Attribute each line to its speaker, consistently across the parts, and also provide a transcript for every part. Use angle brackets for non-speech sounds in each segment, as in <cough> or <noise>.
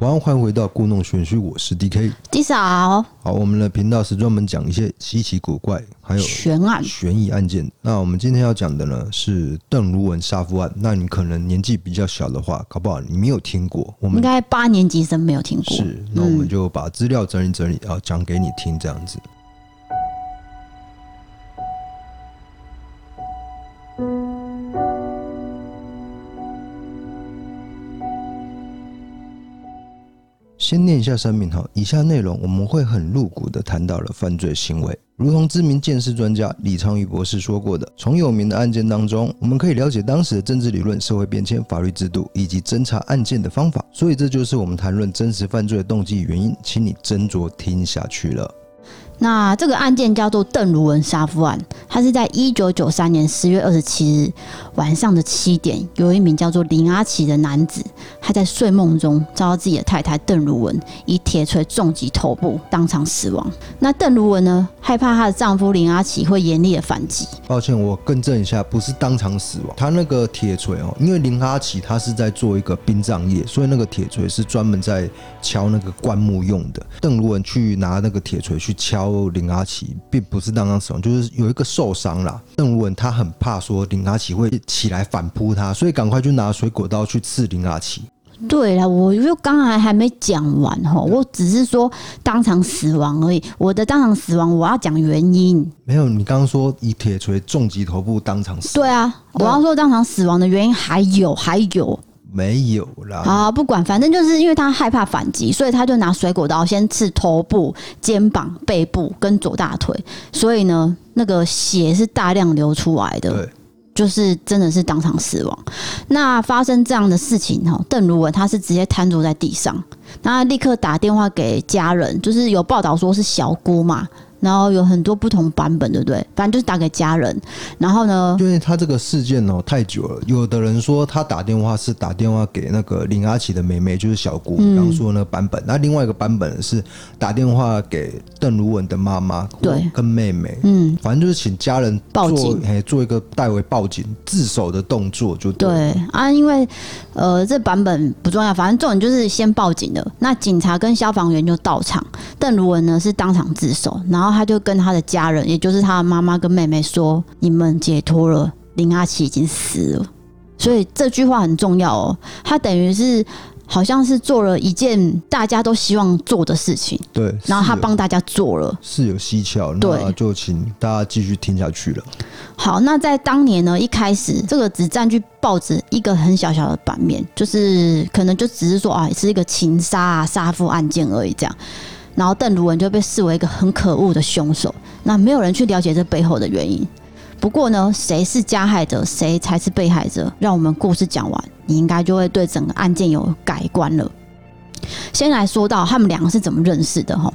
Speaker 1: 晚上欢迎回到故弄玄虚，我是 D K。
Speaker 2: 至少
Speaker 1: 好，我们的频道是专门讲一些稀奇古怪还有
Speaker 2: 悬案
Speaker 1: 悬疑案件。那我们今天要讲的呢是邓如文杀夫案。那你可能年纪比较小的话，搞不好你没有听过。我
Speaker 2: 应
Speaker 1: 们
Speaker 2: 该八年级生没有听过。
Speaker 1: 是，那我们就把资料整理整理，啊，讲给你听，这样子。先念一下声明哈，以下内容我们会很露骨的谈到了犯罪行为，如同知名鉴识专家李昌钰博士说过的，从有名的案件当中，我们可以了解当时的政治理论、社会变迁、法律制度以及侦查案件的方法，所以这就是我们谈论真实犯罪的动机与原因，请你斟酌听下去了。
Speaker 2: 那这个案件叫做邓如文杀夫案，它是在一九九三年十月二十七日晚上的七点，有一名叫做林阿奇的男子，他在睡梦中遭到自己的太太邓如文以铁锤重击头部，当场死亡。那邓如文呢，害怕她的丈夫林阿奇会严厉的反击，
Speaker 1: 抱歉，我更正一下，不是当场死亡。他那个铁锤哦，因为林哈奇他是在做一个殡葬业，所以那个铁锤是专门在敲那个棺木用的。邓如文去拿那个铁锤去敲林哈奇，并不是当场死亡，就是有一个受伤啦。邓如文他很怕说林哈奇会起来反扑他，所以赶快就拿水果刀去刺林哈奇。
Speaker 2: 对了，我就刚才还没讲完哈，我只是说当场死亡而已。我的当场死亡，我要讲原因。
Speaker 1: 没有，你刚刚说以铁锤重击头部当场死，
Speaker 2: 对啊，我要说当场死亡的原因还有还有
Speaker 1: 没有啦。
Speaker 2: 啊，不管，反正就是因为他害怕反击，所以他就拿水果刀先刺头部、肩膀、背部跟左大腿，所以呢，那个血是大量流出来的。
Speaker 1: 对，
Speaker 2: 就是真的是当场死亡。那发生这样的事情哈，邓如文他是直接瘫坐在地上，那立刻打电话给家人，就是有报道说是小姑嘛，然后有很多不同版本，对不对？反正就是打给家人，然后呢，
Speaker 1: 因为他这个事件哦太久了，有的人说他打电话是打电话给那个林阿奇的妹妹，就是小姑，
Speaker 2: 嗯
Speaker 1: 刚刚说那个版本。那另外一个版本是打电话给邓如文的妈妈，
Speaker 2: 对
Speaker 1: 跟妹妹，
Speaker 2: 嗯，
Speaker 1: 反正就是请家人
Speaker 2: 报
Speaker 1: 做
Speaker 2: 警
Speaker 1: 嘿，做一个代为报警自首的动作就对了。
Speaker 2: 对啊，因为呃这版本不重要，反正重点就是先报警了。那警察跟消防员就到场，邓如文呢是当场自首，然后他就跟他的家人，也就是他的妈妈跟妹妹说：“你们解脱了，林阿奇已经死了。”所以这句话很重要哦，他等于是好像是做了一件大家都希望做的事情，
Speaker 1: 对，
Speaker 2: 然后他
Speaker 1: 是有
Speaker 2: 帮大家做了。
Speaker 1: 是有蹊跷，那
Speaker 2: 对
Speaker 1: 就请大家继续听下去了。
Speaker 2: 好，那在当年呢，一开始这个只占据报纸一个很小小的版面，就是可能就只是说啊，是一个情杀啊、杀夫案件而已这样。然后邓如文就被视为一个很可恶的凶手，那没有人去了解这背后的原因。不过呢，谁是加害者，谁才是被害者，让我们故事讲完，你应该就会对整个案件有改观了。先来说到他们两个是怎么认识的哈。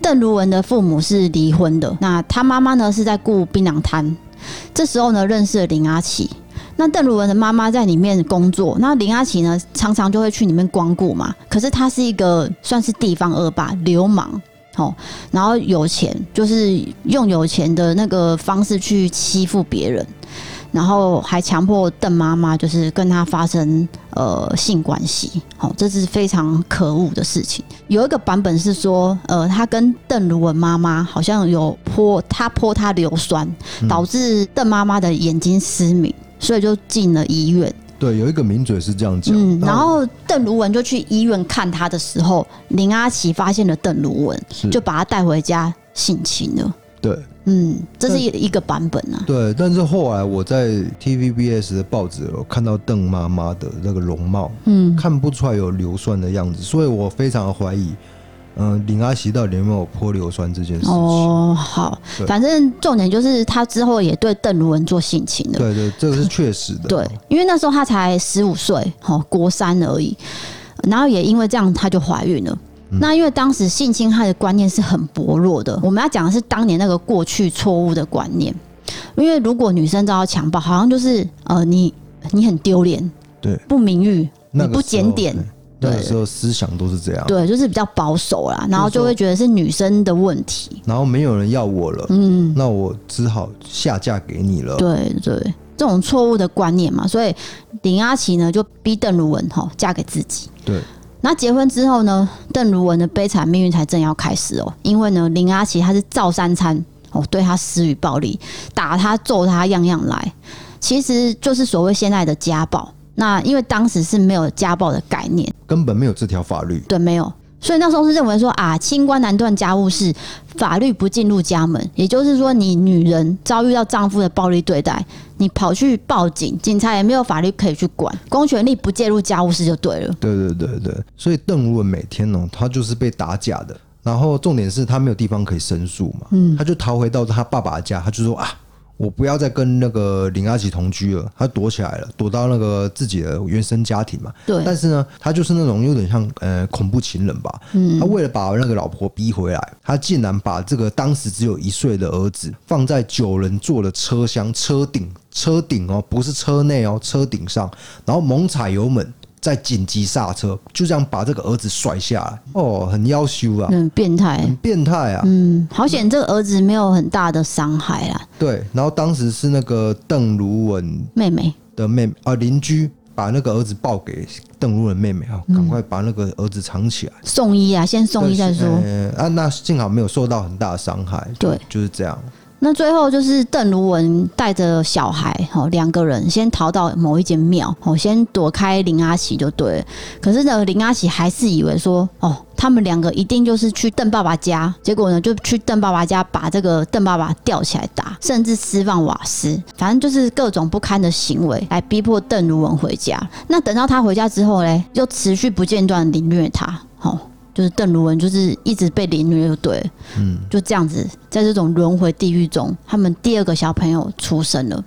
Speaker 2: 邓如文的父母是离婚的，那他妈妈呢是在雇槟榔摊，这时候呢，认识了林阿奇。那邓如文的妈妈在里面工作，那林阿奇呢，常常就会去里面光顾嘛。可是他是一个算是地方恶霸、流氓。哦，然后有钱就是用有钱的那个方式去欺负别人，然后还强迫邓妈妈就是跟他发生呃性关系，哦，这是非常可恶的事情。有一个版本是说，呃，他跟邓如文妈妈好像有泼他泼他硫酸，
Speaker 1: 嗯
Speaker 2: 导致邓妈妈的眼睛失明，所以就进了医院。
Speaker 1: 对，有一个名嘴是这样讲，
Speaker 2: 嗯，
Speaker 1: 那
Speaker 2: 然后邓如文就去医院看他的时候，林阿奇发现了邓如文，
Speaker 1: 是
Speaker 2: 就把他带回家性侵了。
Speaker 1: 对。
Speaker 2: 嗯，这是一一个版本啊。
Speaker 1: 对，但是后来我在 TVBS 的报纸有看到邓妈妈的那个容貌，
Speaker 2: 嗯，
Speaker 1: 看不出来有硫酸的样子，所以我非常怀疑，嗯、林阿奇到底有没有泼硫酸这件事情。
Speaker 2: 哦，好
Speaker 1: 对，
Speaker 2: 反正重点就是他之后也对邓如文做性侵了。
Speaker 1: 对对，这个是确实的。哦
Speaker 2: 对，因为那时候她才十五岁，哦，国三而已。然后也因为这样，她就怀孕了。那因为当时性侵害的观念是很薄弱的，我们要讲的是当年那个过去错误的观念。因为如果女生遭到强暴，好像就是呃，你你很丢脸，
Speaker 1: 对，
Speaker 2: 不名誉，
Speaker 1: 那
Speaker 2: 你
Speaker 1: 个
Speaker 2: 不检点
Speaker 1: 时候，对那个
Speaker 2: 对
Speaker 1: 时候思想都是这样。
Speaker 2: 对，就是比较保守啦，然后就会觉得是女生的问题。
Speaker 1: 然后没有人要我了，
Speaker 2: 嗯，
Speaker 1: 那我只好下嫁给你了。
Speaker 2: 对对，这种错误的观念嘛，所以林阿奇呢就逼邓如文哈嫁给自己。
Speaker 1: 对，
Speaker 2: 那结婚之后呢，邓如文的悲惨命运才正要开始哦，因为呢，林阿奇他是照三餐哦，对他施予暴力，打他、揍他，样样来，其实就是所谓现在的家暴。那因为当时是没有家暴的概念，
Speaker 1: 根本没有这条法律。
Speaker 2: 对，没有。所以那时候是认为说啊，清官难断家务事，法律不进入家门。也就是说，你女人遭遇到丈夫的暴力对待，你跑去报警，警察也没有法律可以去管，公权力不介入家务事就对了。
Speaker 1: 对对对对，所以邓如文每天哦，他就是被打假的，然后重点是他没有地方可以申诉嘛，他就逃回到他爸爸的家，他就说啊，我不要再跟那个林阿奇同居了，他躲起来了，躲到那个自己的原生家庭嘛。
Speaker 2: 对
Speaker 1: 但是呢，他就是那种有点像呃恐怖情人吧，
Speaker 2: 嗯
Speaker 1: 他为了把那个老婆逼回来，他竟然把这个当时只有一岁的儿子放在九人座的车厢车顶。车顶哦，不是车内哦，车顶上，然后猛踩油门，再紧急刹车，就这样把这个儿子甩下来。哦，很要羞啊，
Speaker 2: 嗯，变态。
Speaker 1: 很变态啊。
Speaker 2: 嗯，好险，这个儿子没有很大的伤害啦，
Speaker 1: 对，然后当时是那个邓如文
Speaker 2: 妹妹。
Speaker 1: 的妹啊邻居把那个儿子抱给邓如文妹妹啊，
Speaker 2: 嗯
Speaker 1: 赶快把那个儿子藏起来。
Speaker 2: 送医啊，先送医再说。
Speaker 1: 呃啊，那幸好没有受到很大的伤害。
Speaker 2: 对，
Speaker 1: 就是这样。
Speaker 2: 那最后就是邓如文带着小孩，哦，两个人先逃到某一间庙，哦，先躲开林阿喜就对了。可是呢，林阿喜还是以为说，哦，他们两个一定就是去邓爸爸家，结果呢，就去邓爸爸家把这个邓爸爸吊起来打，甚至释放瓦斯，反正就是各种不堪的行为来逼迫邓如文回家。那等到他回家之后嘞，又持续不间断地凌虐他，哦。就是邓如文，就是一直被凌虐，就对了。就这样子，在这种轮回地狱中，他们第二个小朋友出生了。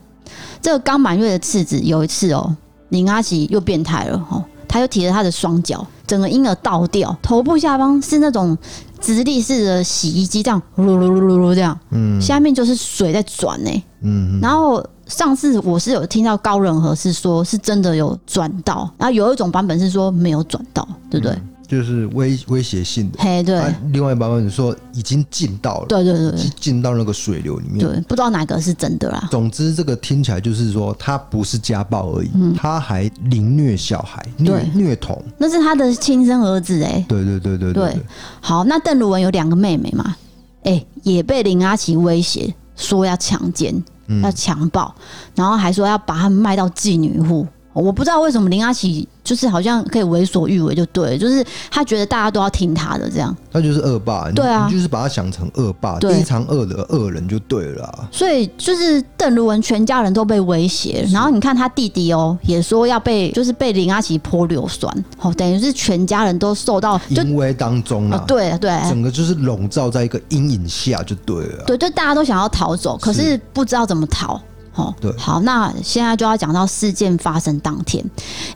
Speaker 2: 这个刚满月的次子有一次哦，林阿奇又变态了哦，他又提着他的双脚，整个婴儿倒吊，头部下方是那种直立式的洗衣机，这样噜噜噜噜噜这样，嗯，下面就是水在转呢、
Speaker 1: 嗯，
Speaker 2: 然后上次我是有听到高仁和是说是真的有转到，然后有一种版本是说没有转到，对不对？
Speaker 1: 就是威威胁性的。
Speaker 2: 嘿，对，
Speaker 1: 嗯啊，另外一版本说已经进到了，
Speaker 2: 对对对对
Speaker 1: 进到那个水流里面。
Speaker 2: 对，不知道哪个是真的啦。
Speaker 1: 总之，这个听起来就是说，他不是家暴而已，他还凌虐小孩，虐
Speaker 2: 嗯对
Speaker 1: 虐童。
Speaker 2: 那是他的亲生儿子哎、
Speaker 1: 对对对对
Speaker 2: 对
Speaker 1: 对，
Speaker 2: 好，那邓如文有两个妹妹嘛，哎、也被林阿奇威胁说要强奸、要强暴，然后还说要把他们卖到妓女户。我不知道为什么林阿奇就是好像可以为所欲为，就对了，就是他觉得大家都要听他的这样，
Speaker 1: 他就是恶霸，你
Speaker 2: 对啊
Speaker 1: 你就是把他想成恶霸，
Speaker 2: 对
Speaker 1: 非常恶的恶人就对了啊。
Speaker 2: 所以就是邓如文全家人都被威胁，然后你看他弟弟哦、也说要被就是被林阿奇泼硫酸，哦，等于是全家人都受到就
Speaker 1: 淫威当中
Speaker 2: 哦
Speaker 1: 啊，
Speaker 2: 对对，
Speaker 1: 整个就是笼罩在一个阴影下就对了啊。
Speaker 2: 对，就大家都想要逃走，可是不知道怎么逃。哦，
Speaker 1: 对
Speaker 2: 好，那现在就要讲到事件发生当天，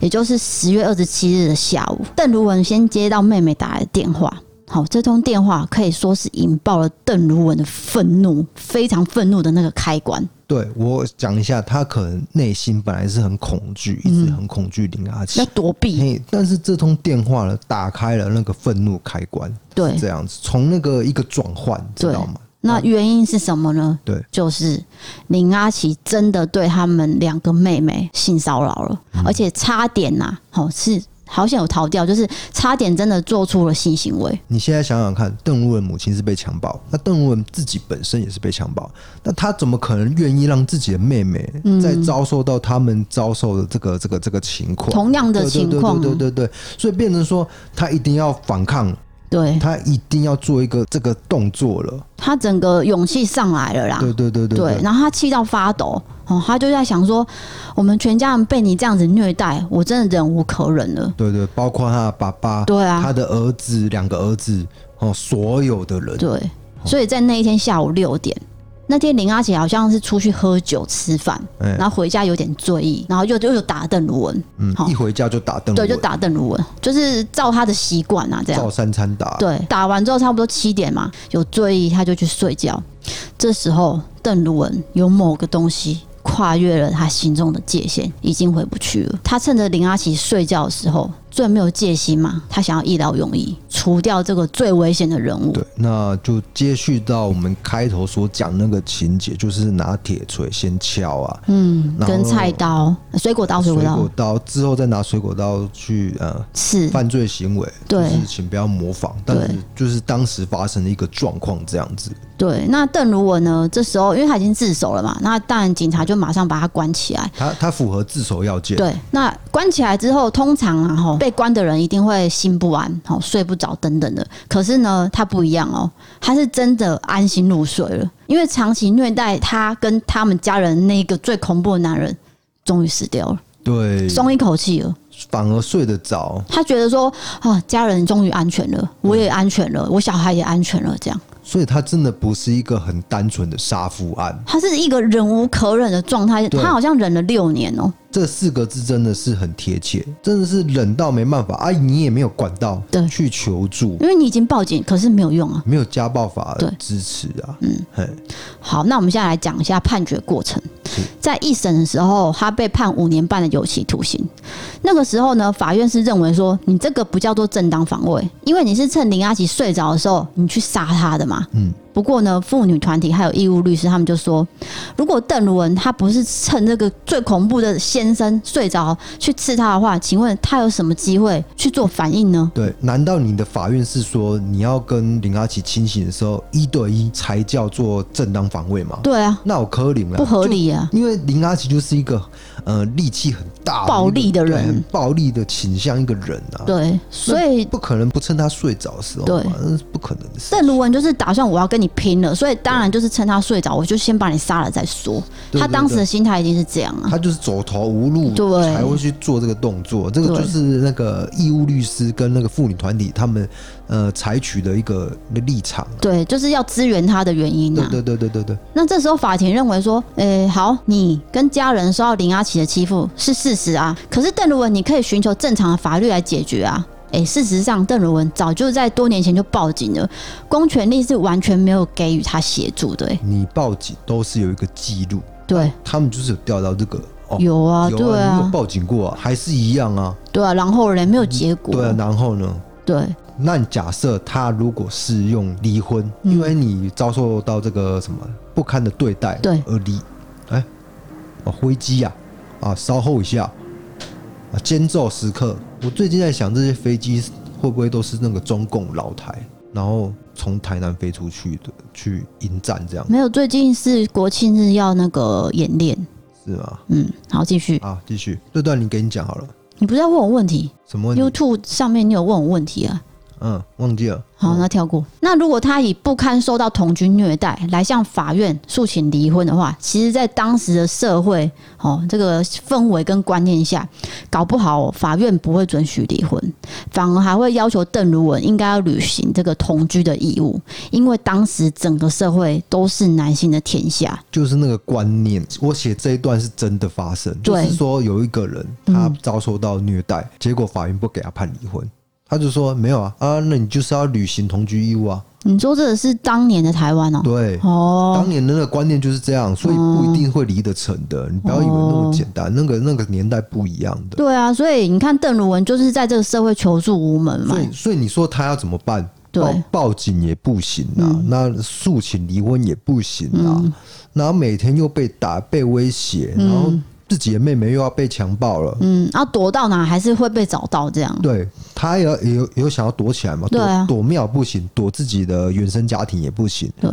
Speaker 2: 也就是十月二十七日的下午，邓如文先接到妹妹打来的电话。好，这通电话可以说是引爆了邓如文的愤怒，非常愤怒的那个开关。
Speaker 1: 对我讲一下，他可能内心本来是很恐惧，一直很恐惧林阿
Speaker 2: 要
Speaker 1: 奇。
Speaker 2: 躲避，
Speaker 1: 嘿，但是这通电话呢，打开了那个愤怒开关，
Speaker 2: 对，
Speaker 1: 这样子，从那个一个转换，知
Speaker 2: 对
Speaker 1: 道吗？
Speaker 2: 那原因是什么呢？
Speaker 1: 对，
Speaker 2: 就是林阿奇真的对他们两个妹妹性骚扰了，
Speaker 1: 嗯
Speaker 2: 而且差点呐、好、是好险有逃掉，就是差点真的做出了性行为。
Speaker 1: 你现在想想看，邓如文母亲是被强暴，那邓如文自己本身也是被强暴，那他怎么可能愿意让自己的妹妹
Speaker 2: 嗯
Speaker 1: 在遭受到他们遭受的这个这个这个情况？
Speaker 2: 同样的
Speaker 1: 对对
Speaker 2: 情况啊
Speaker 1: 对对对对对，所以变成说他一定要反抗，
Speaker 2: 对
Speaker 1: 他一定要做一个这个动作了。
Speaker 2: 他整个勇气上来了啦，
Speaker 1: 对对对对
Speaker 2: 对，然后他气到发抖，哦，他就在想说，我们全家人被你这样子虐待，我真的忍无可忍了。
Speaker 1: 对对，包括他的爸爸，
Speaker 2: 对啊
Speaker 1: 他的儿子，两个儿子，哦，所有的人，
Speaker 2: 对，所以在那一天下午六点，那天林阿姐好像是出去喝酒吃饭，
Speaker 1: 哎
Speaker 2: 然后回家有点醉意，然后又又打邓如文，
Speaker 1: 嗯
Speaker 2: 好，
Speaker 1: 一回家就打邓如
Speaker 2: 哦对，
Speaker 1: 文，
Speaker 2: 就打邓如文，就是照他的习惯啊，这样
Speaker 1: 照。三餐打，
Speaker 2: 对，打完之后差不多七点嘛，有醉意他就去睡觉。这时候邓如文有某个东西跨越了他心中的界限，已经回不去了。他趁着林阿奇睡觉的时候最没有戒心嘛，他想要一劳永逸，除掉这个最危险的人物。
Speaker 1: 对，那就接续到我们开头所讲那个情节，就是拿铁锤先敲啊，
Speaker 2: 嗯，
Speaker 1: 然后
Speaker 2: 跟菜刀、水果刀、水
Speaker 1: 水
Speaker 2: 果刀
Speaker 1: 果刀之后再拿水果刀去呃
Speaker 2: 是
Speaker 1: 犯罪行为，
Speaker 2: 对
Speaker 1: 就是请不要模仿，但
Speaker 2: 对
Speaker 1: 是就是当时发生的一个状况这样子，
Speaker 2: 对。那邓如文呢？这时候因为他已经自首了嘛，那当然警察就马上把他关起来。
Speaker 1: 他他符合自首要件，
Speaker 2: 对，那关起来之后，通常啊吼，被关的人一定会心不安，吼睡不着等等的。可是呢，他不一样哦，他是真的安心入睡了，因为长期虐待他跟他们家人那个最恐怖的男人，终于死掉了，
Speaker 1: 对，
Speaker 2: 松一口气了。
Speaker 1: 反而睡得着，
Speaker 2: 他觉得说啊，家人终于安全了，我也安全了，我小孩也安全了，这样。
Speaker 1: 所以他真的不是一个很单纯的杀夫案。
Speaker 2: 他是一个忍无可忍的状态，
Speaker 1: 对
Speaker 2: 他好像忍了六年哦、
Speaker 1: 这四个字真的是很贴切，真的是冷到没办法，啊，你也没有管道
Speaker 2: 对
Speaker 1: 去求助，
Speaker 2: 因为你已经报警，可是没有用啊。
Speaker 1: 没有家暴法
Speaker 2: 对
Speaker 1: 支持啊，嗯，嘿，
Speaker 2: 好，那我们现在来讲一下判决过程
Speaker 1: 是。
Speaker 2: 在一审的时候，他被判五年半的有期徒刑。那个时候呢，法院是认为说，你这个不叫做正当防卫，因为你是趁林阿奇睡着的时候，你去杀他的嘛。
Speaker 1: 嗯。
Speaker 2: 不过呢，妇女团体还有义务律师，他们就说，如果邓如文他不是趁这个最恐怖的先生睡着去刺他的话，请问他有什么机会去做反应呢？
Speaker 1: 对，难道你的法院是说你要跟林阿奇清醒的时候一对一才叫做正当防卫吗？
Speaker 2: 对啊，
Speaker 1: 那我柯林了，
Speaker 2: 不合理啊。
Speaker 1: 因为林阿奇就是一个呃力气很大一个、
Speaker 2: 暴力的
Speaker 1: 对
Speaker 2: 人
Speaker 1: 很暴力的倾向一个人啊，
Speaker 2: 对，所以
Speaker 1: 不可能不趁他睡着的时候
Speaker 2: 对
Speaker 1: 嘛，那是不可能的事。
Speaker 2: 邓如文就是打算我要跟你拼了，所以当然就是趁他睡着，我就先把你杀了再说。
Speaker 1: 对
Speaker 2: 他
Speaker 1: 对
Speaker 2: 当时
Speaker 1: 对
Speaker 2: 的心态一定是这样啊，
Speaker 1: 他就是走投无路，
Speaker 2: 对
Speaker 1: 才会去做这个动作。这个
Speaker 2: 对
Speaker 1: 就是那个义务律师跟那个妇女团体他们呃采取的一个立场啊。
Speaker 2: 对，就是要支援他的原因
Speaker 1: 对
Speaker 2: 啊。
Speaker 1: 对对对对对，
Speaker 2: 那这时候法庭认为说，诶、好，你跟家人受到林阿奇的欺负是事实啊，可是邓如文你可以寻求正常的法律来解决啊。诶、事实上，邓如文早就在多年前就报警了，公权力是完全没有给予他协助的、诶
Speaker 1: 你报警都是有一个记录，
Speaker 2: 对，
Speaker 1: 他们就是有调到这个哦。
Speaker 2: 有啊，
Speaker 1: 有
Speaker 2: 对
Speaker 1: 你有
Speaker 2: 啊，
Speaker 1: 报警过啊，还是一样啊，
Speaker 2: 对啊，然后嘞没有结果，
Speaker 1: 对啊，然后呢？
Speaker 2: 对
Speaker 1: 那你假设他如果是用离婚，
Speaker 2: 嗯
Speaker 1: 因为你遭受到这个什么不堪的对待，
Speaker 2: 对
Speaker 1: 而离，哎、哦，灰机呀、啊，稍后一下，啊，监奏时刻，我最近在想这些飞机会不会都是那个中共老台，然后从台南飞出去的，去迎战这样
Speaker 2: 没有，最近是国庆日要那个演练，
Speaker 1: 是吗？
Speaker 2: 嗯，好，继续。
Speaker 1: 啊，继续，这段你给你讲好了，
Speaker 2: 你不是要问我问题
Speaker 1: 什么问题？
Speaker 2: ？YouTube 上面你有问我问题啊？
Speaker 1: 嗯，忘记了。
Speaker 2: 好，那跳过。那如果他以不堪受到同居虐待来向法院诉请离婚的话，其实，在当时的社会哦，这个氛围跟观念下，搞不好、哦法院不会准许离婚，反而还会要求邓如文应该要履行这个同居的义务，因为当时整个社会都是男性的天下，
Speaker 1: 就是那个观念，我写这一段是真的发生，就
Speaker 2: 对
Speaker 1: 是说有一个人他遭受到虐待，结果法院不给他判离婚，他就说没有啊啊，那你就是要履行同居义务啊，
Speaker 2: 你说这个是当年的台湾哦？
Speaker 1: 对。
Speaker 2: 哦，
Speaker 1: 当年的那个观念就是这样，所以不一定会离得成的。你不要以为那么简
Speaker 2: 哦
Speaker 1: 单，那个那个年代不一样的。
Speaker 2: 对啊，所以你看邓如文就是在这个社会求助无门嘛
Speaker 1: 所，以，所以你说他要怎么办？
Speaker 2: 对嗯
Speaker 1: 报报警也不行啊，那诉请离婚也不行啊，然后每天又被打、被威胁，然后自己的妹妹又要被强暴了，
Speaker 2: 嗯，要、躲到哪还是会被找到这样。
Speaker 1: 对他也要也有也有想要躲起来嘛，
Speaker 2: 对啊
Speaker 1: 躲躲庙不行，躲自己的原生家庭也不行，
Speaker 2: 对，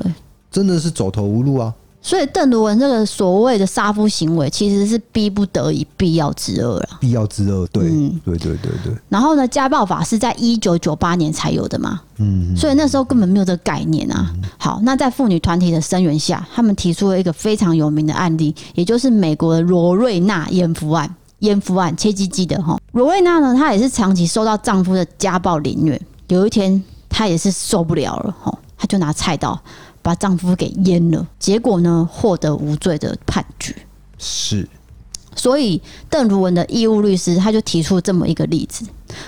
Speaker 1: 真的是走投无路啊。
Speaker 2: 所以邓如文这个所谓的杀夫行为，其实是逼不得已、必要之恶啦。
Speaker 1: 必要之恶，对、
Speaker 2: 嗯
Speaker 1: 对对对对，
Speaker 2: 然后呢，家暴法是在一九九八年才有的嘛，
Speaker 1: 嗯，
Speaker 2: 所以那时候根本没有这个概念啊。好，那在妇女团体的声援下，他们提出了一个非常有名的案例，也就是美国的罗瑞娜艳福案。艳福案，切记记得哈。罗瑞娜呢，她也是长期受到丈夫的家暴凌虐，有一天她也是受不了了哈，她就拿菜刀把丈夫给阉了，结果呢获得无罪的判决。
Speaker 1: 是
Speaker 2: 所以邓如文的义务律师他就提出这么一个例子，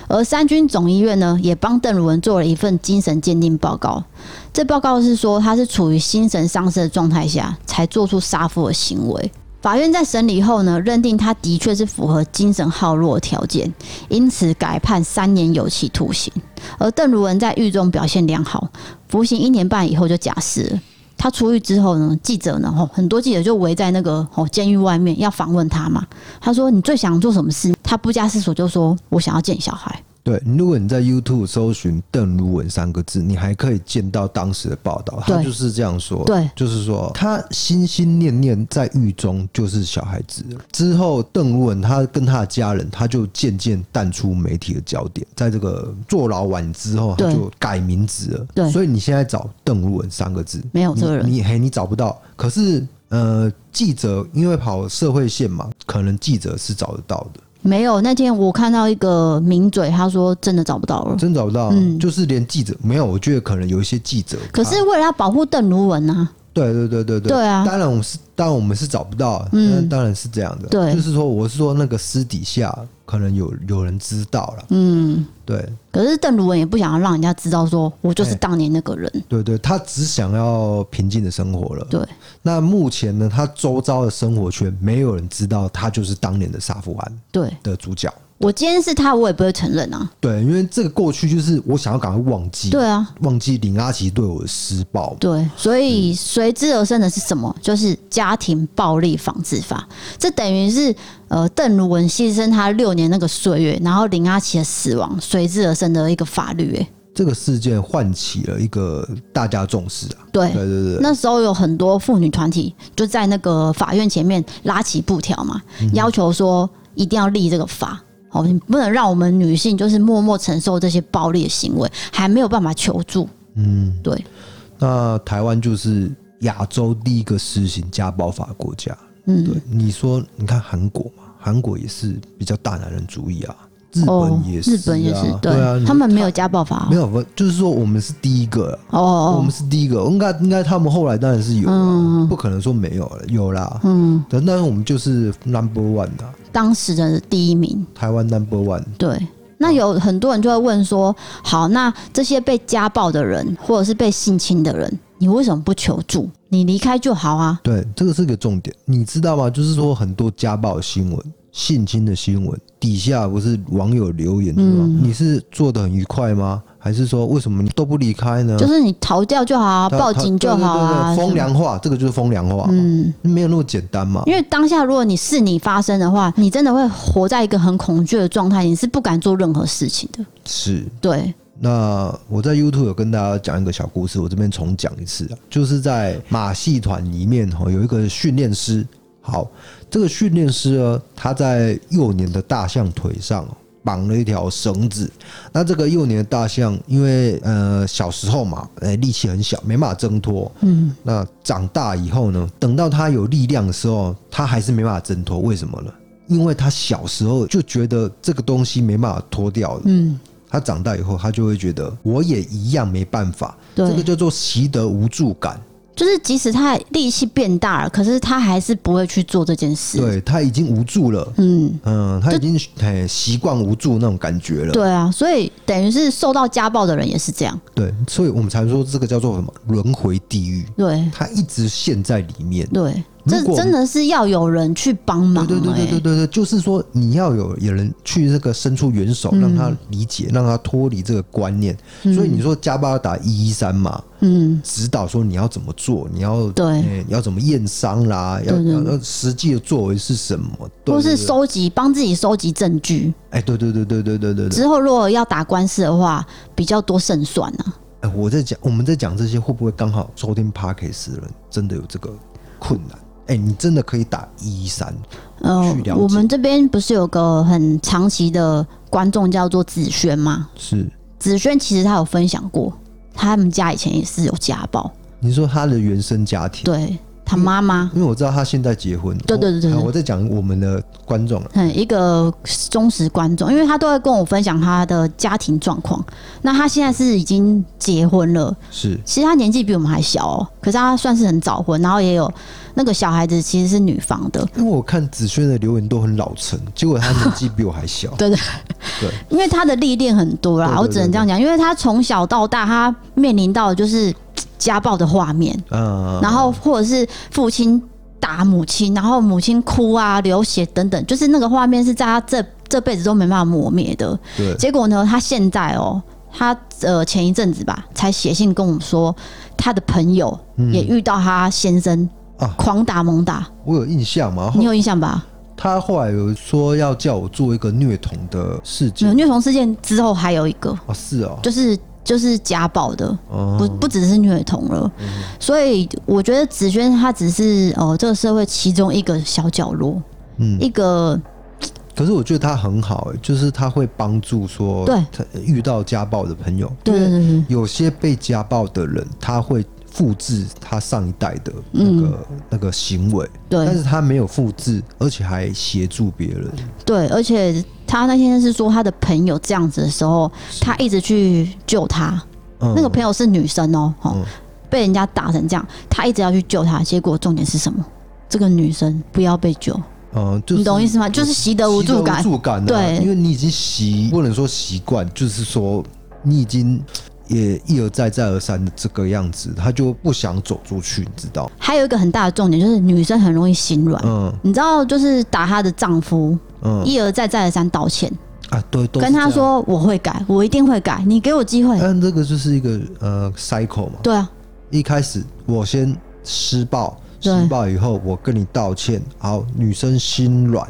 Speaker 2: 而三军总医院呢也帮邓如文做了一份精神鉴定报告。这报告是说他是处于精神丧失的状态下才做出杀夫的行为，法院在审理后呢，认定他的确是符合精神耗弱条件，因此改判三年有期徒刑。而邓如文在狱中表现良好，服刑一年半以后就假释了。他出狱之后呢，记者呢，吼，很多记者就围在那个吼监狱外面要访问他嘛。他说：“你最想做什么事？”他不加思索就说：“我想要见小孩。
Speaker 1: 对，如果你在 YouTube 搜寻“邓如文”三个字，你还可以见到当时的报道，他
Speaker 2: 对
Speaker 1: 就是这样说，
Speaker 2: 对
Speaker 1: 就是说他心心念念在狱中就是小孩子了。之后，邓如文他跟他的家人，他就渐渐淡出媒体的焦点，在这个坐牢完之后，他
Speaker 2: 对
Speaker 1: 就改名字了。
Speaker 2: 对
Speaker 1: 所以你现在找“邓如文”三个字”，
Speaker 2: 没有这个人，
Speaker 1: 你你嘿，你找不到。可是呃，记者因为跑社会线嘛，可能记者是找得到的。
Speaker 2: 没有。那天我看到一个名嘴，他说真的找不到了。
Speaker 1: 真找不到啊，
Speaker 2: 嗯
Speaker 1: 就是连记者没有，我觉得可能有一些记者
Speaker 2: 可
Speaker 1: 他，
Speaker 2: 是为了要保护邓如文啊，
Speaker 1: 对对对对对，
Speaker 2: 对啊
Speaker 1: 当然我们是当然我们是找不到，
Speaker 2: 嗯
Speaker 1: 嗯，当然是这样的，
Speaker 2: 对
Speaker 1: 就是说我是说那个私底下可能有有人知道了，
Speaker 2: 嗯，
Speaker 1: 对
Speaker 2: 可是邓如文也不想要让人家知道，说我就是
Speaker 1: 哎
Speaker 2: 当年那个人。
Speaker 1: 对对，他只想要平静的生活了。
Speaker 2: 对，
Speaker 1: 那目前呢，他周遭的生活圈没有人知道他就是当年的杀夫案
Speaker 2: 对
Speaker 1: 的主角，
Speaker 2: 我今天是他，我也不会承认啊。
Speaker 1: 对，因为这个过去就是我想要赶快忘记，
Speaker 2: 对啊，
Speaker 1: 忘记林阿奇对我的施暴，
Speaker 2: 对，所
Speaker 1: 嗯
Speaker 2: 以随之而生的是什么？就是家庭暴力防治法。这等于是呃，邓如文牺牲他六年那个岁月，然后林阿奇的死亡随之而生的一个法律、欸。
Speaker 1: 这个事件唤起了一个大家重视啊。
Speaker 2: 对，
Speaker 1: 对对对，
Speaker 2: 那时候有很多妇女团体就在那个法院前面拉起布条嘛，
Speaker 1: 嗯
Speaker 2: 要求说一定要立这个法。哦，你不能让我们女性就是默默承受这些暴力的行为，还没有办法求助。
Speaker 1: 嗯，
Speaker 2: 对，
Speaker 1: 那台湾就是亚洲第一个实行家暴法的国家。对
Speaker 2: 嗯，，
Speaker 1: 你说，你看韩国嘛，韩国也是比较大男人主义啊，日
Speaker 2: 哦
Speaker 1: 本也，是、啊
Speaker 2: 日本也是，
Speaker 1: 对啊，你
Speaker 2: 他们没有家暴法
Speaker 1: 没有，不就是说我们是第一个啊、
Speaker 2: 哦，哦
Speaker 1: 我
Speaker 2: 哦
Speaker 1: 们，是第一个，应该应该他们后来当然是有、啊，
Speaker 2: 嗯
Speaker 1: 不可能说没有了，有啦。
Speaker 2: 嗯，
Speaker 1: 但但是我们就是 number one 的、
Speaker 2: 当时的第一名，
Speaker 1: 台湾 number one，
Speaker 2: 对。那有很多人就会问说，好，那这些被家暴的人或者是被性侵的人，你为什么不求助？你离开就好啊。
Speaker 1: 对，这个是个重点，你知道吗？就是说很多家暴新闻、性侵的新闻底下不是网友留言说、
Speaker 2: 嗯
Speaker 1: 你是做的很愉快吗？还是说为什么你都不离开呢？
Speaker 2: 就是你逃掉就好啊，
Speaker 1: 嗯他
Speaker 2: 报警就好
Speaker 1: 他对对对
Speaker 2: 啊。
Speaker 1: 对风
Speaker 2: 什么
Speaker 1: 凉话，这个就是风凉话，
Speaker 2: 嗯，
Speaker 1: 没有那么简单嘛
Speaker 2: 因。为当下如果你是你发生的话，你真的会活在一个很恐惧的状态，你是不敢做任何事情的。
Speaker 1: 是，
Speaker 2: 对，
Speaker 1: 那我在 YouTube 有跟大家讲一个小故事，我这边重讲一次啊，就是在马戏团里面哦，有一个训练师。好，这个训练师呢，他在幼年的大象腿上哦绑了一条绳子。那这个幼年的大象，因为呃小时候嘛，呃、力气很小，没办法挣脱。
Speaker 2: 嗯，
Speaker 1: 那长大以后呢，等到他有力量的时候，他还是没办法挣脱，为什么呢？因为他小时候就觉得这个东西没办法脱掉了，
Speaker 2: 嗯，
Speaker 1: 他长大以后，他就会觉得我也一样没办法，
Speaker 2: 对
Speaker 1: 这个叫做习得无助感。
Speaker 2: 就是即使他力气变大了，可是他还是不会去做这件事。，
Speaker 1: 对他已经无助了，
Speaker 2: 嗯，
Speaker 1: 嗯，他已经嘿习惯无助那种感觉了。
Speaker 2: 对啊，所以等于是受到家暴的人也是这样。
Speaker 1: 对，所以我们才说这个叫做什么轮回地狱，
Speaker 2: 对
Speaker 1: 他一直陷在里面。
Speaker 2: 对，
Speaker 1: 如
Speaker 2: 这
Speaker 1: 果
Speaker 2: 真的是要有人去帮忙、
Speaker 1: 对
Speaker 2: 欸。
Speaker 1: 对对对对对对，就是说你要有有人去这个伸出援
Speaker 2: 嗯
Speaker 1: 手，让他理解，让他脱离这个观念。所以你说加巴达一一三嘛，
Speaker 2: 嗯，
Speaker 1: 指导说你要怎么做，你要
Speaker 2: 对
Speaker 1: 欸要怎么验伤啦，要
Speaker 2: 对对
Speaker 1: 要要实际的作为是什么，对
Speaker 2: 或是
Speaker 1: 对对
Speaker 2: 收集帮自己收集证据，
Speaker 1: 哎，对对对对对对对对，
Speaker 2: 之后如果要打官司的话，比较多胜算啊。
Speaker 1: 哎，我在讲我们在讲这些，会不会刚好收听 Parkes 的人真的有这个困难？哎，你真的可以打一三，
Speaker 2: 呃
Speaker 1: 去了解
Speaker 2: 我们这边不是有个很长期的观众叫做子轩吗？
Speaker 1: 是
Speaker 2: 子轩其实他有分享过，他们家以前也是有家暴，
Speaker 1: 你说他的原生家庭，
Speaker 2: 对他妈妈，
Speaker 1: 因为我知道他现在结婚，
Speaker 2: 对对对对
Speaker 1: 我哎
Speaker 2: 对
Speaker 1: 我在讲我们的观众了，
Speaker 2: 嗯，一个忠实观众，因为他都会跟我分享他的家庭状况。那他现在是已经结婚了，
Speaker 1: 是
Speaker 2: 其实他年纪比我们还小哦，可是他算是很早婚，然后也有那个小孩子其实是女方的，，
Speaker 1: 因为我看子轩的留言都很老成，结果他年纪比我还小
Speaker 2: <laughs> 对对
Speaker 1: 对，
Speaker 2: 因为他的历练很多啦，
Speaker 1: 对对对
Speaker 2: 我只能这样讲，因为他从小到大，他面临到的就是嘖家暴的画面，
Speaker 1: 嗯，
Speaker 2: 然后或者是父亲打母亲，然后母亲哭啊、流血等等，就是那个画面是在他这这辈子都没办法磨灭的。
Speaker 1: 嗯对，
Speaker 2: 结果呢，他现在哦，他呃前一阵子吧，才写信跟我们说，他的朋友也遇到他先生、
Speaker 1: 嗯啊
Speaker 2: 狂打猛打，
Speaker 1: 我有印象嘛。
Speaker 2: 你
Speaker 1: 后
Speaker 2: 有印象吧？
Speaker 1: 他后来有说要叫我做一个虐童的事
Speaker 2: 没有
Speaker 1: 情
Speaker 2: 虐童事件之后还有一个，
Speaker 1: 哦，是哦，
Speaker 2: 就是就是家暴的，不
Speaker 1: 哦，嗯
Speaker 2: 不只是虐童了。所以我觉得子轩他只是哦、呃这个社会其中一个小角落，
Speaker 1: 嗯，
Speaker 2: 一个
Speaker 1: 可是我觉得他很好、欸，就是他会帮助说，
Speaker 2: 对
Speaker 1: 他呃遇到家暴的朋友，
Speaker 2: 对对对对
Speaker 1: 有些被家暴的人，他会复制他上一代的那个、那个行为，
Speaker 2: 嗯对
Speaker 1: 但是他没有复制，而且还协助别人，
Speaker 2: 对，而且他那天是说他的朋友这样子的时候，他一直去救他。
Speaker 1: 嗯
Speaker 2: 那个朋友是女生哦、哦、
Speaker 1: 嗯
Speaker 2: 被人家打成这样，他一直要去救她，结果重点是什么？这个女生不要被救，
Speaker 1: 嗯，就是
Speaker 2: 你懂意思吗？就是习得无助感。
Speaker 1: 习得无助感、啊，
Speaker 2: 对
Speaker 1: 因为你已经习，不能说习惯，就是说你已经也一而再再而三的这个样子，他就不想走出去，你知道？
Speaker 2: 还有一个很大的重点就是女生很容易心软，
Speaker 1: 嗯
Speaker 2: 你知道，就是打她的丈夫
Speaker 1: 嗯
Speaker 2: 一而再再而三道歉，
Speaker 1: 啊，对，都是
Speaker 2: 跟她
Speaker 1: 这样，嗯
Speaker 2: 说我会改，我一定会改，你给我机会。
Speaker 1: 但这个就是一个呃 cycle 嘛，
Speaker 2: 对啊，
Speaker 1: 一开始我先施暴，
Speaker 2: 对
Speaker 1: 施暴以后我跟你道歉，好，女生心软，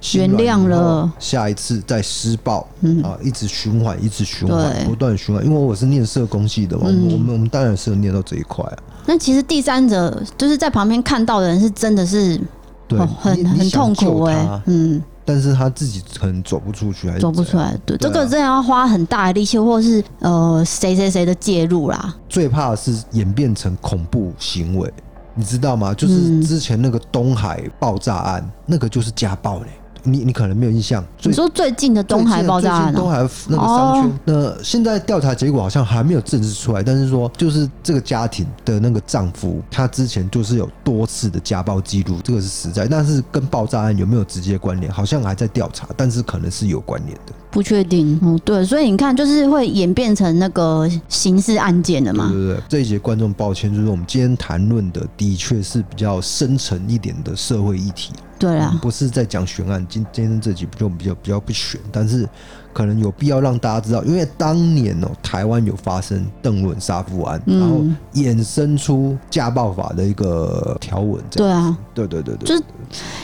Speaker 1: 心软
Speaker 2: 原谅了
Speaker 1: 以后，下一次再施暴，
Speaker 2: 嗯
Speaker 1: 啊，一直循环，一直循环，
Speaker 2: 对嗯
Speaker 1: 不断循环。因为我是念社工系的嘛，我们我们当然是有念到这一块啊，
Speaker 2: 那其实第三者就是在旁边看到的人是真的是
Speaker 1: 对，
Speaker 2: 哦
Speaker 1: 你
Speaker 2: 很
Speaker 1: 你
Speaker 2: 很
Speaker 1: 想
Speaker 2: 痛苦
Speaker 1: 救
Speaker 2: 哎、
Speaker 1: 他
Speaker 2: 嗯。
Speaker 1: 但是他自己可能走不出去，还是
Speaker 2: 走不
Speaker 1: 怎
Speaker 2: 出
Speaker 1: 样。
Speaker 2: 来。对，
Speaker 1: 对
Speaker 2: 这
Speaker 1: 啊
Speaker 2: 个真的要花很大的力气，或是呃谁谁谁的介入啦。
Speaker 1: 最怕的是演变成恐怖行为，你知道吗？就是
Speaker 2: 嗯
Speaker 1: 之前那个东海爆炸案，那个就是家暴嘞、欸你你可能没有印象，最
Speaker 2: 你说最近的东海爆炸案、
Speaker 1: 最近
Speaker 2: 啊，
Speaker 1: 东海那个商圈，那现在调查结果好像还没有证实出来，但是说就是这个家庭的那个丈夫，他之前就是有多次的家暴记录，这个是实在，但是跟爆炸案有没有直接关联，好像还在调查，但是可能是有关联的。
Speaker 2: 不确定。嗯，对，所以你看，就是会演变成那个刑事案件的嘛
Speaker 1: 对。对对，这一节观众抱歉，就是我们今天谈论的的确是比较深沉一点的社会议题，
Speaker 2: 对啊啦，
Speaker 1: 不是在讲悬案。今今天这集就比较比较不悬，但是可能有必要让大家知道，因为当年哦、台湾有发生邓伦杀夫案，
Speaker 2: 嗯
Speaker 1: 然后衍生出家暴法的一个条文，这样。
Speaker 2: 对啊，
Speaker 1: 对对对对，
Speaker 2: 就是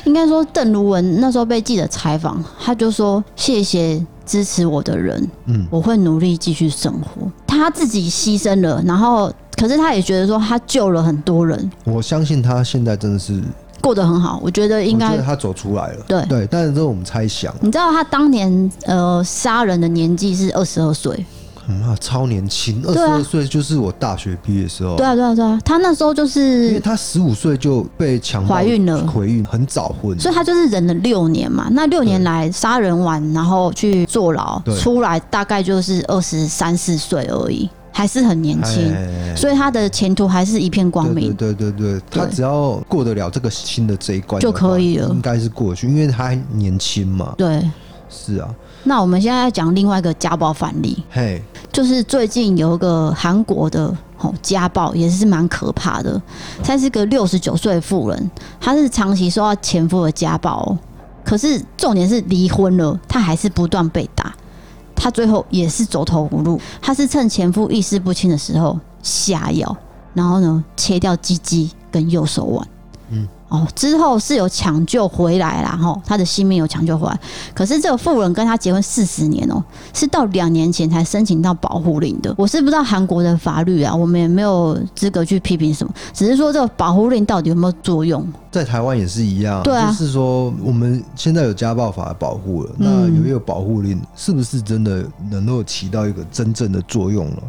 Speaker 2: 应该说邓如文那时候被记者采访，他就说谢谢支持我的人，
Speaker 1: 嗯
Speaker 2: 我会努力继续生活。他自己牺牲了，然后可是他也觉得说他救了很多人，
Speaker 1: 我相信他现在真的是，
Speaker 2: 过得很好。我觉得应
Speaker 1: 我
Speaker 2: 该
Speaker 1: 觉得他走出来了。
Speaker 2: 对
Speaker 1: 对，但是这是我们猜想，
Speaker 2: 你知道他当年呃杀人的年纪是二十二岁，
Speaker 1: 嗯啊，超年轻，二十
Speaker 2: 啊
Speaker 1: 二岁就是我大学毕业的时候。
Speaker 2: 对啊对啊对啊，他那时候就
Speaker 1: 哦因为
Speaker 2: 是，
Speaker 1: 她十五岁就被强暴
Speaker 2: 怀孕了
Speaker 1: 怀孕很早婚，
Speaker 2: 所以他就是忍了六年嘛，那六年来杀人完然后去坐牢
Speaker 1: 对，
Speaker 2: 出来大概就是二十三四岁而已，还是很年轻，
Speaker 1: 哎
Speaker 2: 所以他的前途还是一片光明。
Speaker 1: 对对对对对，她只要过得了这个新的这一关
Speaker 2: 就
Speaker 1: 的话
Speaker 2: 可以了
Speaker 1: 应该是过得去，因为她还年轻嘛。
Speaker 2: 对，
Speaker 1: 是啊，
Speaker 2: 那我们现在要讲另外一个家暴反例，
Speaker 1: 嘿，
Speaker 2: 就是最近有一个韩国的哦家暴，也是蛮可怕的。她是个六十九岁的妇人，她是长期受到前夫的家暴哦、可是重点是离婚了，她还是不断被打，她最后也是走投无路。她是趁前夫意识不清的时候下药，然后呢切掉鸡鸡跟右手腕。
Speaker 1: 嗯
Speaker 2: 嗯，哦，之后是有抢救回来啦，吼，她的性命有抢救回来。可是这个妇人跟她结婚四十年哦、是到两年前才申请到保护令的。我是不知道韩国的法律啊，我们也没有资格去批评什么，只是说这个保护令到底有没有作用？
Speaker 1: 在台湾也是一样，
Speaker 2: 对啊
Speaker 1: 就是说我们现在有家暴法的保护了，那
Speaker 2: 嗯
Speaker 1: 有没有保护令，是不是真的能够起到一个真正的作用了？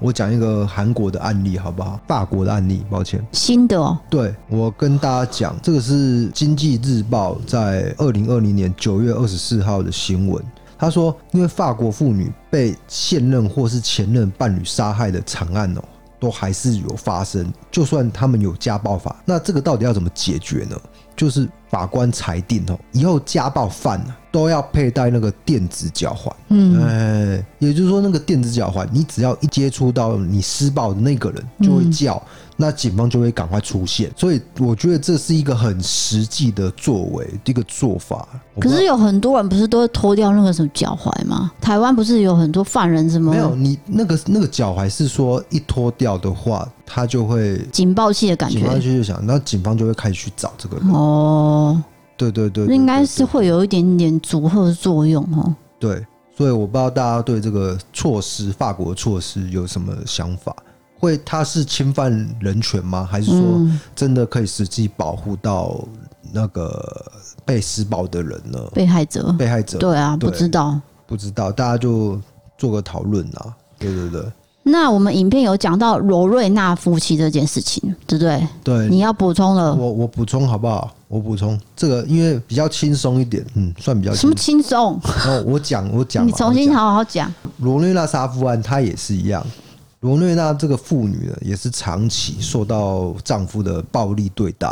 Speaker 1: 我讲一个韩国的案例好不好？法国的案例，抱歉。
Speaker 2: 新的哦、
Speaker 1: 对我跟大家讲，这个是《经济日报》在二零二零年九月二十四号的新闻。他说，因为法国妇女被现任或是前任伴侣杀害的惨案哦，都还是有发生。就算他们有家暴法，那这个到底要怎么解决呢？就是法官裁定哦，以后家暴犯啊都要佩戴那个电子脚环。
Speaker 2: 嗯，
Speaker 1: 哎，也就是说，那个电子脚环，你只要一接触到你施暴的那个人，
Speaker 2: 嗯
Speaker 1: 就会叫，那警方就会赶快出现。所以我觉得这是一个很实际的作为，一个做法。我不
Speaker 2: 可
Speaker 1: 知道
Speaker 2: 是有很多人不是都会脱掉那个什么脚踝吗？台湾不是有很多犯人什么
Speaker 1: 没有你那个那个脚踝是说一脱掉的话，他就会
Speaker 2: 警报器的感
Speaker 1: 警
Speaker 2: 觉？
Speaker 1: 方就去想，那警方就会开始去找这个人。
Speaker 2: 哦，
Speaker 1: 对对对对
Speaker 2: 那应该
Speaker 1: 对
Speaker 2: 是会有一点点阻吓作用哦。
Speaker 1: 对，所以我不知道大家对这个措施，法国的措施有什么想法？会它是侵犯人权吗？还是说
Speaker 2: 嗯，
Speaker 1: 真的可以实际保护到那个被施暴的人呢？
Speaker 2: 被害者，
Speaker 1: 被害者
Speaker 2: <laughs> 对啊，
Speaker 1: 对
Speaker 2: 不知道。
Speaker 1: 不知道，大家就做个讨论啊。对对对
Speaker 2: 那我们影片有讲到罗瑞娜夫妻这件事情，对不对？
Speaker 1: 对，
Speaker 2: 你要补充了
Speaker 1: 我我补充好不好？我补充这个，因为比较轻松一点，嗯，算比较
Speaker 2: 什
Speaker 1: 轻
Speaker 2: 么。轻松？
Speaker 1: 然后我讲我讲嘛，
Speaker 2: 你重
Speaker 1: 我
Speaker 2: 新
Speaker 1: 讲
Speaker 2: 好好讲。
Speaker 1: 罗瑞娜杀夫案，她也是一样。罗瑞娜这个妇女呢，也是长期受到丈夫的暴力对待。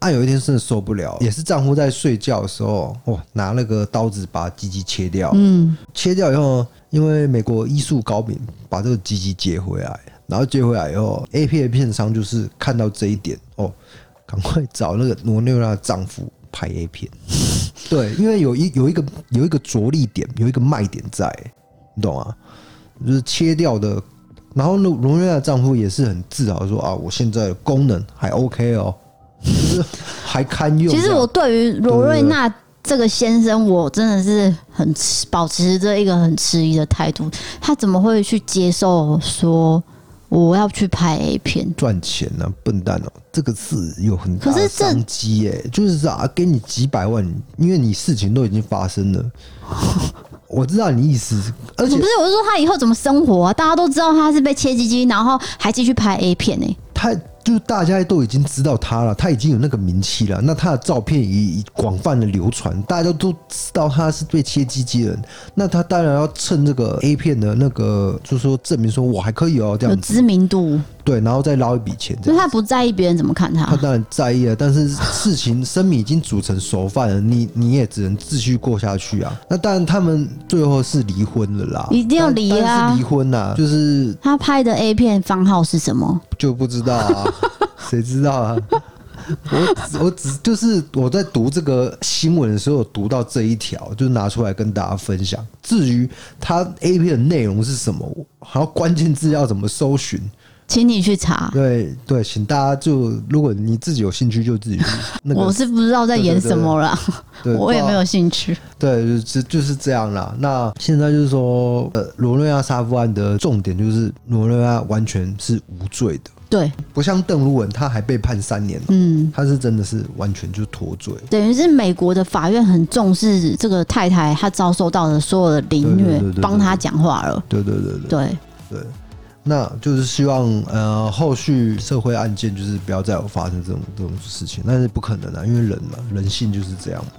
Speaker 1: 啊，有一天真的受不了，也是丈夫在睡觉的时候，哦，拿那个刀子把鸡鸡切掉。
Speaker 2: 嗯，
Speaker 1: 切掉以后，因为美国医术高明，把这个鸡鸡接回来，然后接回来以后，A 片的片商就是看到这一点哦，赶快找那个罗内娜的丈夫拍 A 片。 <laughs> 对，因为有一有一个有一个着力点，有一个卖点在，你懂啊？就是切掉的。然后罗罗内娜的丈夫也是很自豪地说啊，我现在的功能还 OK 哦， <laughs> 就是还堪用这
Speaker 2: 其
Speaker 1: 样。
Speaker 2: 实我对于罗瑞娜这个先生，我真的是很持保持着一个很迟疑的态度。他怎么会去接受说我要去拍 A 片？
Speaker 1: 赚钱呢、笨蛋哦、这个是有很大
Speaker 2: 可
Speaker 1: 的
Speaker 2: 是这
Speaker 1: 商机耶、就是啊，给你几百万，因为你事情都已经发生了， <laughs> 我知道你意思，而
Speaker 2: 不
Speaker 1: 且
Speaker 2: 是，我是说他以后怎么生活、啊？大家都知道他是被切鸡鸡，然后还继续拍 A 片欸呢、
Speaker 1: 他就是大家都已经知道他了，他已经有那个名气了，那他的照片已广泛的流传，大家都知道他是被切鸡鸡的人，那他当然要趁这个 A 片的那个，就是说证明说我还可以哦、这
Speaker 2: 有
Speaker 1: 样子，
Speaker 2: 知名度，
Speaker 1: 对，然后再捞一笔钱，这
Speaker 2: 所以
Speaker 1: 样。
Speaker 2: 他不在意别人怎么看
Speaker 1: 他
Speaker 2: 他。
Speaker 1: 当然在意了，但是事情生米已经煮成熟饭了，你你也只能继续过下去啊。那当然，他们最后是离婚了啦，
Speaker 2: 一定要离啊
Speaker 1: 当然是离婚啦、就是
Speaker 2: 他拍的 A 片番号是什么？
Speaker 1: 就不知道啊， <laughs> 谁知道啊？我只我只就是我在读这个新闻的时候，有读到这一条，就拿出来跟大家分享。至于它 A 片的内容是什么，还有关键字要怎么搜寻，
Speaker 2: 请你去查。
Speaker 1: 对对，请大家就如果你自己有兴趣，就自己去那个
Speaker 2: 我是不知道在演什么啦，
Speaker 1: 对，
Speaker 2: <laughs> 我也
Speaker 1: 不知道
Speaker 2: 没有兴趣。
Speaker 1: 对，就就是这样啦。那现在就是说，呃，罗瑞亚杀夫案的重点就是罗瑞亚完全是无罪的，
Speaker 2: 对，
Speaker 1: 不像邓如文，他还被判三年、哦，
Speaker 2: 嗯，
Speaker 1: 他是真的是完全就脱罪。
Speaker 2: 等于是美国的法院很重视这个太太她遭受到的所有的凌
Speaker 1: 对对
Speaker 2: 虐
Speaker 1: 对对，对
Speaker 2: 帮她讲话了。
Speaker 1: 对对对对
Speaker 2: 对，
Speaker 1: 对，那就是希望呃后续社会案件就是不要再有发生这种这种事情，但是不可能啊，因为人嘛，人性就是这样嘛，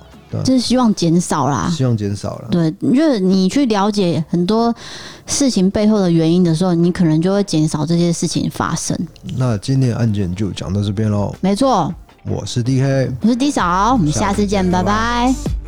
Speaker 2: 就是希望减少啦。
Speaker 1: 希望减少了。
Speaker 2: 对，就是你去了解很多事情背后的原因的时候，你可能就会减少这些事情发生。
Speaker 1: 那今天的案件就讲到这边喽，
Speaker 2: 没错，
Speaker 1: 我是 DK，
Speaker 2: 我是 D 嫂，我们下次见，
Speaker 1: 下次见
Speaker 2: 拜拜
Speaker 1: 拜